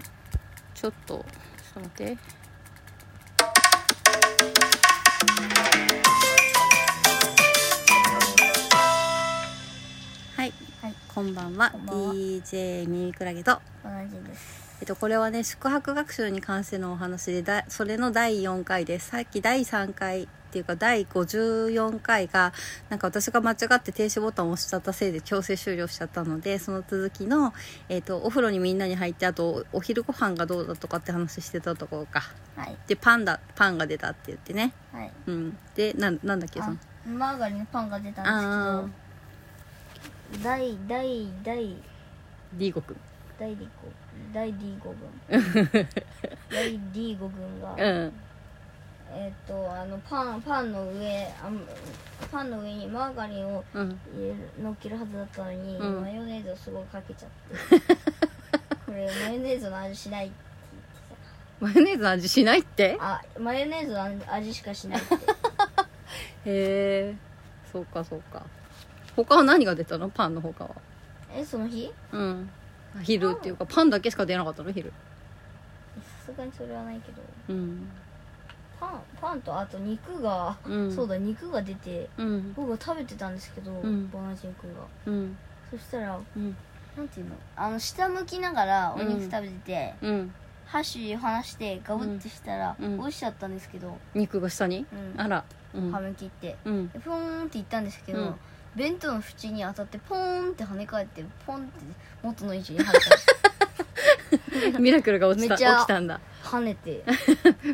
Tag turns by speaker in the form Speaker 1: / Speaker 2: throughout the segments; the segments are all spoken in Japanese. Speaker 1: ょっとちょっと待ってはい、
Speaker 2: はい
Speaker 1: こんばんは
Speaker 2: こんばんは
Speaker 1: DJ ミミクラゲと
Speaker 2: 同じです
Speaker 1: えっと、これはね宿泊学習に関してのお話でだそれの第4回ですさっき第3回っていうか第54回がなんか私が間違って停止ボタンを押しちゃったせいで強制終了しちゃったのでその続きの、えっと、お風呂にみんなに入ってあとお昼ご飯がどうだとかって話してたところか
Speaker 2: はい
Speaker 1: でパンだパンが出たって言ってね、
Speaker 2: はい
Speaker 1: うん、でなんなんだっけその
Speaker 2: あマーガリンのパンが出た
Speaker 1: あ
Speaker 2: んですけど第第第
Speaker 1: リーゴくん
Speaker 2: 第5第 D5 軍 第 D5 軍が、
Speaker 1: うん
Speaker 2: えっとあのパンパンの上あんパンの上にマーガリンを
Speaker 1: うん
Speaker 2: 入れるのっけるはずだったのに、
Speaker 1: うん
Speaker 2: マヨネーズをすごいかけちゃって これマヨネーズの味しないって
Speaker 1: マヨネーズの味しないって
Speaker 2: 言ってさあマヨネーズの味しかしないって
Speaker 1: へえそうかそうか他は何が出たのパンの他は
Speaker 2: えその日
Speaker 1: うん昼っていうかパンだけしか出なかったの昼
Speaker 2: さすがにそれはないけど
Speaker 1: うん
Speaker 2: パンパンとあと肉が、
Speaker 1: うん
Speaker 2: そうだ肉が出て
Speaker 1: うん
Speaker 2: 僕が食べてたんですけど、
Speaker 1: ん
Speaker 2: ボナジン君が
Speaker 1: うん
Speaker 2: そしたら
Speaker 1: うん
Speaker 2: なんていうのあの下向きながらお
Speaker 1: うん
Speaker 2: 肉食べてて、
Speaker 1: うん
Speaker 2: 箸離してガブってしたら、
Speaker 1: うん
Speaker 2: 落ちちゃったんですけど、
Speaker 1: 肉が下に
Speaker 2: うん
Speaker 1: あらうん
Speaker 2: はめ切って
Speaker 1: うん
Speaker 2: でポーンって行ったんですけど、
Speaker 1: うん
Speaker 2: 弁当の縁に当たってポーンって跳ね返ってポンって元の位置に跳ねたんです
Speaker 1: ミラクルが落ちた
Speaker 2: め
Speaker 1: 起
Speaker 2: ちゃ
Speaker 1: きたんだ
Speaker 2: 跳ねて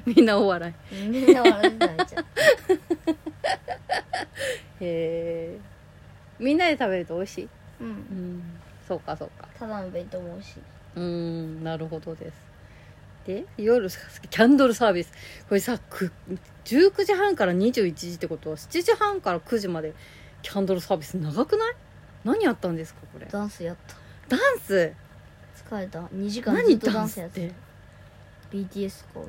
Speaker 1: みんな大笑
Speaker 2: みんな笑ってためっ ちゃ
Speaker 1: いへえみんなで食べると美味しい
Speaker 2: うん
Speaker 1: んそうかそうか
Speaker 2: ただの弁当も美味しい
Speaker 1: うんなるほどですで夜キャンドルサービスこれさく19時半から21時ってことは7時半から9時までキャンドルサービス長くない何やったんですかこれダ
Speaker 2: ダンスやった
Speaker 1: ンス
Speaker 2: 疲れた2時間ず
Speaker 1: 何
Speaker 2: っと
Speaker 1: ダ
Speaker 2: ダ
Speaker 1: ン
Speaker 2: ン
Speaker 1: ス
Speaker 2: ス
Speaker 1: っ
Speaker 2: やってて BTS か、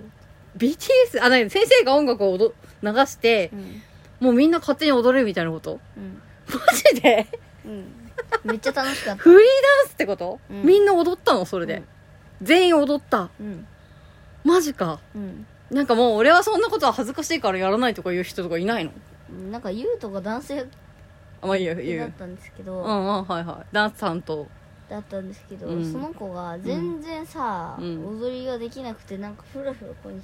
Speaker 1: BTS あ何先生が音楽を踊流して
Speaker 2: うん
Speaker 1: もうみんな勝手に踊れるみたいなこと
Speaker 2: うん
Speaker 1: マジで
Speaker 2: うん、めっちゃ楽しかった
Speaker 1: フリーダンスってこと、
Speaker 2: うん
Speaker 1: みんな踊ったのそれで、
Speaker 2: うん
Speaker 1: 全員踊った
Speaker 2: うん
Speaker 1: マジか
Speaker 2: うん
Speaker 1: なんかもう俺はそんなことは恥ずかしいからやらないとか言う人とかいないの
Speaker 2: なんかユウとか男性
Speaker 1: あまあいいよいい
Speaker 2: だ
Speaker 1: よ
Speaker 2: ったんですけ
Speaker 1: う
Speaker 2: ど、
Speaker 1: んうんはいはいダンス担当
Speaker 2: だったんですけど、
Speaker 1: うん
Speaker 2: その子が全然さ、
Speaker 1: うん
Speaker 2: 踊りができなくてなんかフラフラこうになん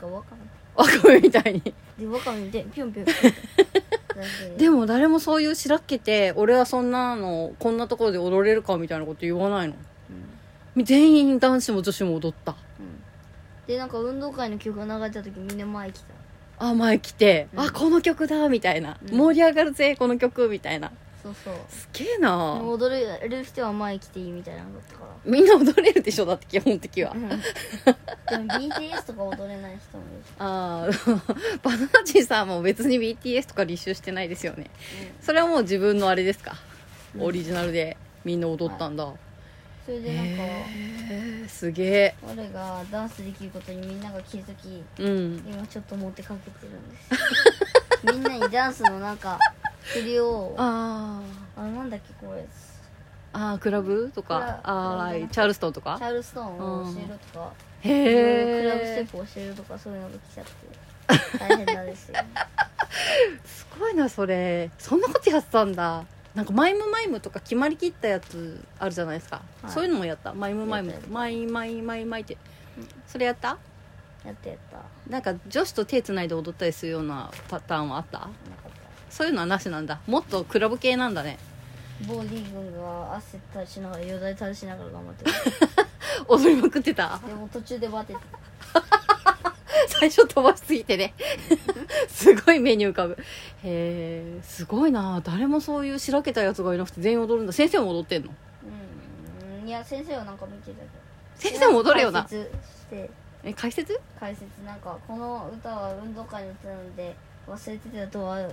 Speaker 2: かワカメ
Speaker 1: ワカメみたいに
Speaker 2: でワカメみたいにピョン ピョンピョンって
Speaker 1: でも誰もそういうしらっけて俺はそんなのこんなところで踊れるかみたいなこと言わないの
Speaker 2: うん
Speaker 1: 全員男子も女子も踊った
Speaker 2: うんでなんか運動会の曲が流れた時みんな前来た
Speaker 1: あ前来て、
Speaker 2: うん
Speaker 1: あこの曲だみたいな、
Speaker 2: うん
Speaker 1: 盛り上がるぜこの曲みたいな
Speaker 2: そうそう
Speaker 1: すげえな
Speaker 2: 踊れる人は前来ていいみたいなのだったから
Speaker 1: みんな踊れるでしょだって基本的は、
Speaker 2: うんでも BTS とか踊れない人もいる
Speaker 1: ああ バナナジーさんも別に BTS とか履修してないですよねそれはもう自分のあれですか、
Speaker 2: うん
Speaker 1: オリジナルでみんな踊ったんだ、
Speaker 2: それでなんか、
Speaker 1: へえすげえ
Speaker 2: 我がダンスできることにみんなが気づき
Speaker 1: うん
Speaker 2: 今ちょっと持ってかけてるん ですみんなにダンスのなんか振りをあ
Speaker 1: あー
Speaker 2: なんだっけこれチ
Speaker 1: あークラブと
Speaker 2: ク
Speaker 1: か
Speaker 2: ラ
Speaker 1: あ
Speaker 2: クラブ
Speaker 1: ー
Speaker 2: ね
Speaker 1: チャールストンと
Speaker 2: ャ
Speaker 1: か
Speaker 2: ールストーンを教えるとか、
Speaker 1: へ
Speaker 2: クラブステッ
Speaker 1: え
Speaker 2: プを教えるとかそういうのが来ちゃって大変なんですよ
Speaker 1: すごいなそれそんなことやってたんだなんかマイムマイムとか決まりきったやつあるじゃないですか、
Speaker 2: はい
Speaker 1: そういうのもやったマイムマイム
Speaker 2: やったやった
Speaker 1: マイマイマイマイって
Speaker 2: うん
Speaker 1: それやった
Speaker 2: やってやったなか
Speaker 1: なんか女子と手つないで踊ったりするようなパターンはあった
Speaker 2: った
Speaker 1: そういうのはなしなんだもっとクラブ系なんだね
Speaker 2: ボーディー軍が汗垂らしながらよだれ垂らしながら頑張ってる
Speaker 1: 踊りまくってた
Speaker 2: でも途中でバテて
Speaker 1: 最初飛ばしすぎ てねすごい目に浮かぶへえすごいな誰もそういうしらけたやつがいなくて全員踊るんだ先生も踊ってんの
Speaker 2: うんいや先生はなんか見てたけど
Speaker 1: 先生も踊るよな
Speaker 2: 解説して
Speaker 1: え解説
Speaker 2: 解説なんかこの歌は運動会の歌なので忘れてたとはい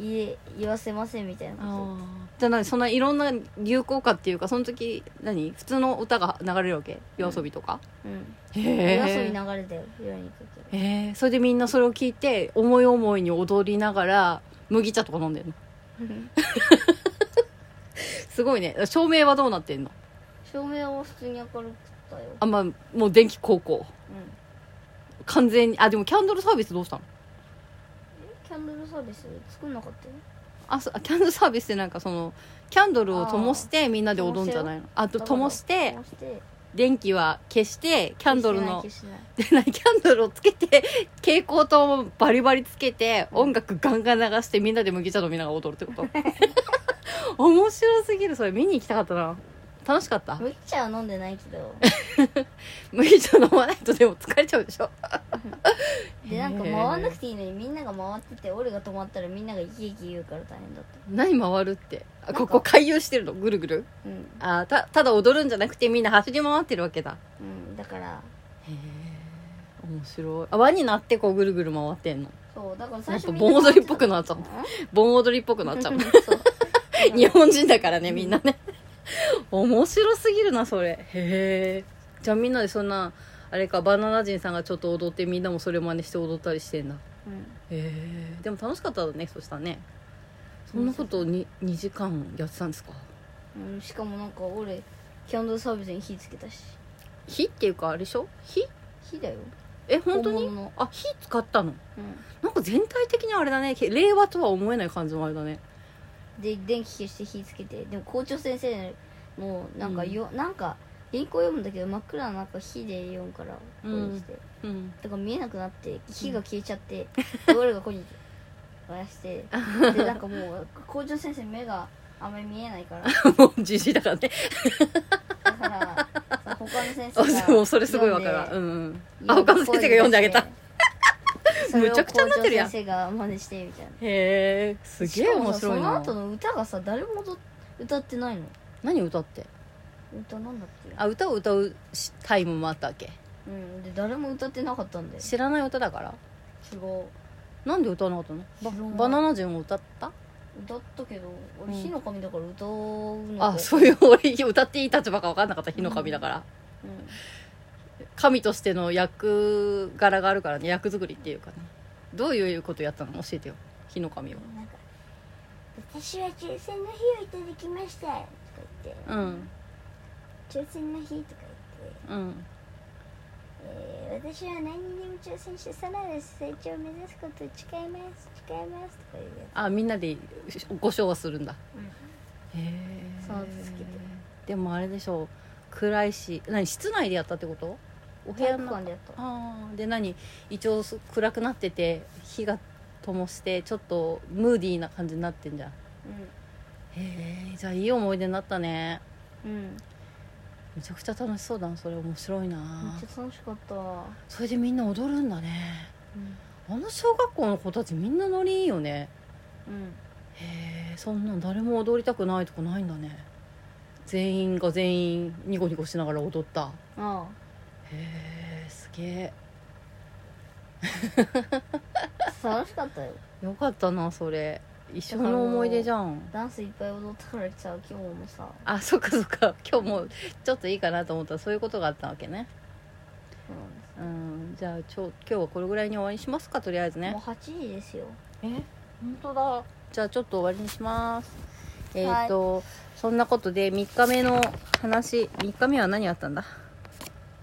Speaker 2: 言え言わせませんみたいなこ
Speaker 1: じゃあ何そんないろんな流行歌っていうかその時何普通の歌が流れるわけ夜遊びとか、
Speaker 2: とうん
Speaker 1: へ
Speaker 2: 夜遊び
Speaker 1: え
Speaker 2: 流れだよ夜に行く けど
Speaker 1: へえそれでみんなそれを聞いて思い思いに踊りながら麦茶とか飲んでるのすごいね照明はどうなってんの
Speaker 2: 照明は普通に明るくったよ
Speaker 1: あまあもう電気高校
Speaker 2: うん
Speaker 1: 完全にあでもキャンドルサービスどうしたの
Speaker 2: キャンドルサービス作んなかったよ
Speaker 1: あそうあキャンドルサービスってなんかそのキャンドルを灯してみんなで踊るんじゃないのあと灯して
Speaker 2: 灯して
Speaker 1: 電気は消してキャンドルの
Speaker 2: 消しない消し
Speaker 1: でないキャンドルをつけて蛍光灯もバリバリつけて音楽ガンガン流してみんなで麦茶飲みながら踊るって こと面白すぎるそれ見に行きたかったな楽しかった
Speaker 2: ない麦茶は飲んでないけ ど
Speaker 1: 麦茶飲まないとでも疲れちゃうでしょ
Speaker 2: でなんか
Speaker 1: へ
Speaker 2: 回
Speaker 1: え
Speaker 2: んなくていいのにみんなが回ってて俺が止まったらみんなが生き生き言うから大変だった
Speaker 1: 何回るってあ
Speaker 2: なんか
Speaker 1: ここ回遊してるのぐるぐる
Speaker 2: うん、
Speaker 1: あたただ踊るんじゃなくてみんな走り回ってるわけだ
Speaker 2: うん、だから
Speaker 1: へえ面白いあ輪になってこうぐるぐる回ってんの
Speaker 2: そうだから最初
Speaker 1: なんか
Speaker 2: みんな
Speaker 1: 盆踊りっぽくなっちゃう盆踊りっぽくなっちゃう 日本人だからねみんなね面白すぎるなそれへえじゃあみんなでそんなあれかバナナ人さんがちょっと踊ってみんなもそれ真似して踊ったりしてんだ
Speaker 2: うん
Speaker 1: へえでも楽しかったねそしたらねそんなことに2時間やってたんですか
Speaker 2: うん、うん、しかもなんか俺キャンドルサービスに火つけたし
Speaker 1: 火っていうかあれでしょ火
Speaker 2: 火だよ
Speaker 1: え本当
Speaker 2: 本
Speaker 1: に
Speaker 2: 物の
Speaker 1: あ火使ったの
Speaker 2: うん
Speaker 1: なんか全体的にあれだねけ令和とは思えない感じのあれだね
Speaker 2: で電気消して火つけてでも校長先生もなんかよ、なんか原稿読むんだけど真っ暗な中火で読むからこうにして、
Speaker 1: うん
Speaker 2: だから見えなくなって火が消えちゃって、で俺がこうに燃やしてでなんかもう校長先生目があんまり見えないから
Speaker 1: もうじじいだからね
Speaker 2: だから他の先
Speaker 1: あ
Speaker 2: 生が
Speaker 1: でもそれすごいわかるわうんうんあ岡田先生が読んであげた むちゃくちゃになってるやん
Speaker 2: それを校長先生が真似してみたいな
Speaker 1: へえすげえ面白い
Speaker 2: しかも
Speaker 1: な
Speaker 2: さその後の歌がさ誰も踊っ歌ってないの
Speaker 1: 何歌って
Speaker 2: 歌なんだっけ
Speaker 1: あ歌を歌うしタイムもあったわけ
Speaker 2: うんで誰も歌ってなかったんだよ
Speaker 1: 知らない歌だから
Speaker 2: 違う
Speaker 1: なんで歌わなかったのバ
Speaker 2: 知らない
Speaker 1: バナナ人も歌った
Speaker 2: 歌ったけど俺
Speaker 1: うん
Speaker 2: 火の神だから歌うの
Speaker 1: あ
Speaker 2: う、
Speaker 1: そういう俺歌っていい立場か分かんなかった火の神だから、
Speaker 2: うん
Speaker 1: 神としての役柄があるからね役作りっていうかねどういうことやったの教えてよ火の神は
Speaker 3: なんか私は抽選の日をいただきましたとか言って、
Speaker 1: うん
Speaker 3: 抽選の日とか言って、
Speaker 1: うん
Speaker 3: えー私は何にでも挑戦してさらなる成長を目指すことを誓います誓いますとか言うや
Speaker 1: あみんなでご唱和するんだ、へえ
Speaker 2: そうですけど
Speaker 1: でもあれでしょう暗いし何室内でやったってことお部
Speaker 2: 体
Speaker 1: 屋
Speaker 2: 育
Speaker 1: の
Speaker 2: 館でやった
Speaker 1: ああで何一応す暗くなってて火が灯してちょっとムーディーな感じになってんじゃんへえじゃあいい思い出になったね
Speaker 2: うん、うん、めっ
Speaker 1: めちゃくちゃ楽しそうだなそれ面白いな
Speaker 2: ちゃ楽しかった、
Speaker 1: それでみんな踊るんだねあの小学校の子たちみんなノリいいよね
Speaker 2: うん
Speaker 1: へえそんなん誰も踊りたくないとこないんだね全員が全員ニコニコしながら踊った
Speaker 2: あ
Speaker 1: へえすげえ
Speaker 2: あ楽しかったよ
Speaker 1: よかったなそれ一生の思い出じゃん
Speaker 2: ダンスいっぱい踊ったからさ今日もさ
Speaker 1: あそっかそっか今日もうちょっといいかなと思ったらそういうことがあったわけね
Speaker 2: う
Speaker 1: うんじゃあちょ今日はこれぐらいに終わりにしますかとりあえず
Speaker 2: ん、も
Speaker 1: ね
Speaker 2: う8時ですよ
Speaker 1: え本当だじゃあちょっと終わりにしますえっ、と、そんなことで3日目の話3日目は何あったんだ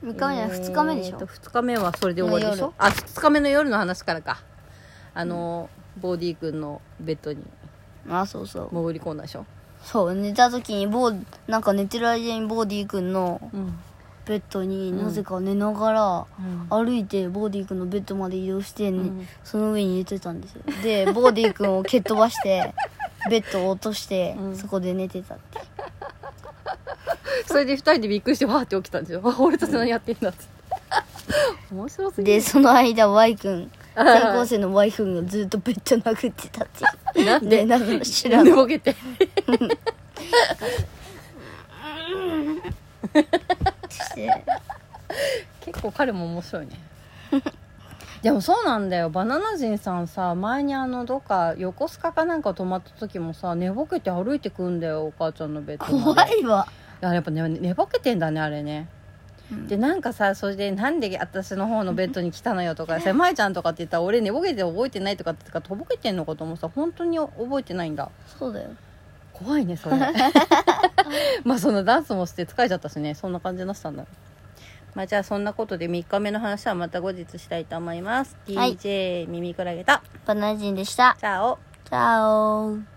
Speaker 2: 3日目じゃない2日目でしょ、
Speaker 1: えーと2日目はそれで終わりでし
Speaker 2: の
Speaker 1: ょあ2日目の夜の話からかあの、ボーディー君のベッドに
Speaker 2: あそうそう
Speaker 1: 潜り込んだでしょ
Speaker 2: そう寝た時にボーなんか寝てる間にボーディー君の
Speaker 1: うん、
Speaker 2: ベッドに
Speaker 1: うん
Speaker 2: なぜか寝ながら、
Speaker 1: うん
Speaker 2: 歩いてボーディー君のベッドまで移動して、ね
Speaker 1: うん
Speaker 2: その上に寝てたんですよでボーディー君を蹴っ飛ばして ベッドを落として、
Speaker 1: うん
Speaker 2: そこで寝てたって
Speaker 1: それで2人でびっくりしてわーって起きたんですよあ俺たち何やってんだっつって面白すぎ
Speaker 2: で
Speaker 1: る
Speaker 2: その間 Y 君転校生の Y 君がずっとベッド殴ってたっていう
Speaker 1: なん
Speaker 2: で
Speaker 1: で
Speaker 2: なんか知ら
Speaker 1: なんで
Speaker 2: ない
Speaker 1: ボケて
Speaker 2: して
Speaker 1: 結構彼も面白いね でもそうなんだよバナナ人さんさ前にあのどっか横須賀かなんか泊まった時もさ寝ぼけて歩いてくんだよお母ちゃんのベッドまで
Speaker 2: 怖いわ、
Speaker 1: いややっぱね寝ぼけてんだねあれね、でなんかさそれでなんで私の方のベッドに来たのよと か狭いちゃんとかって言ったら俺寝ぼけて覚えてないとかって言ったからとぼけてんのかと思ってさ本当に覚えてないんだ
Speaker 2: そうだよ
Speaker 1: 怖いねそれまあそのダンスもして疲れちゃったしねそんな感じになってたんだまあ、じゃあそんなことで3日目の話はまた後日したいと思います。
Speaker 2: はい
Speaker 1: DJ 耳くらげた。
Speaker 2: バナナ人でした。
Speaker 1: チャオ。
Speaker 2: チャオ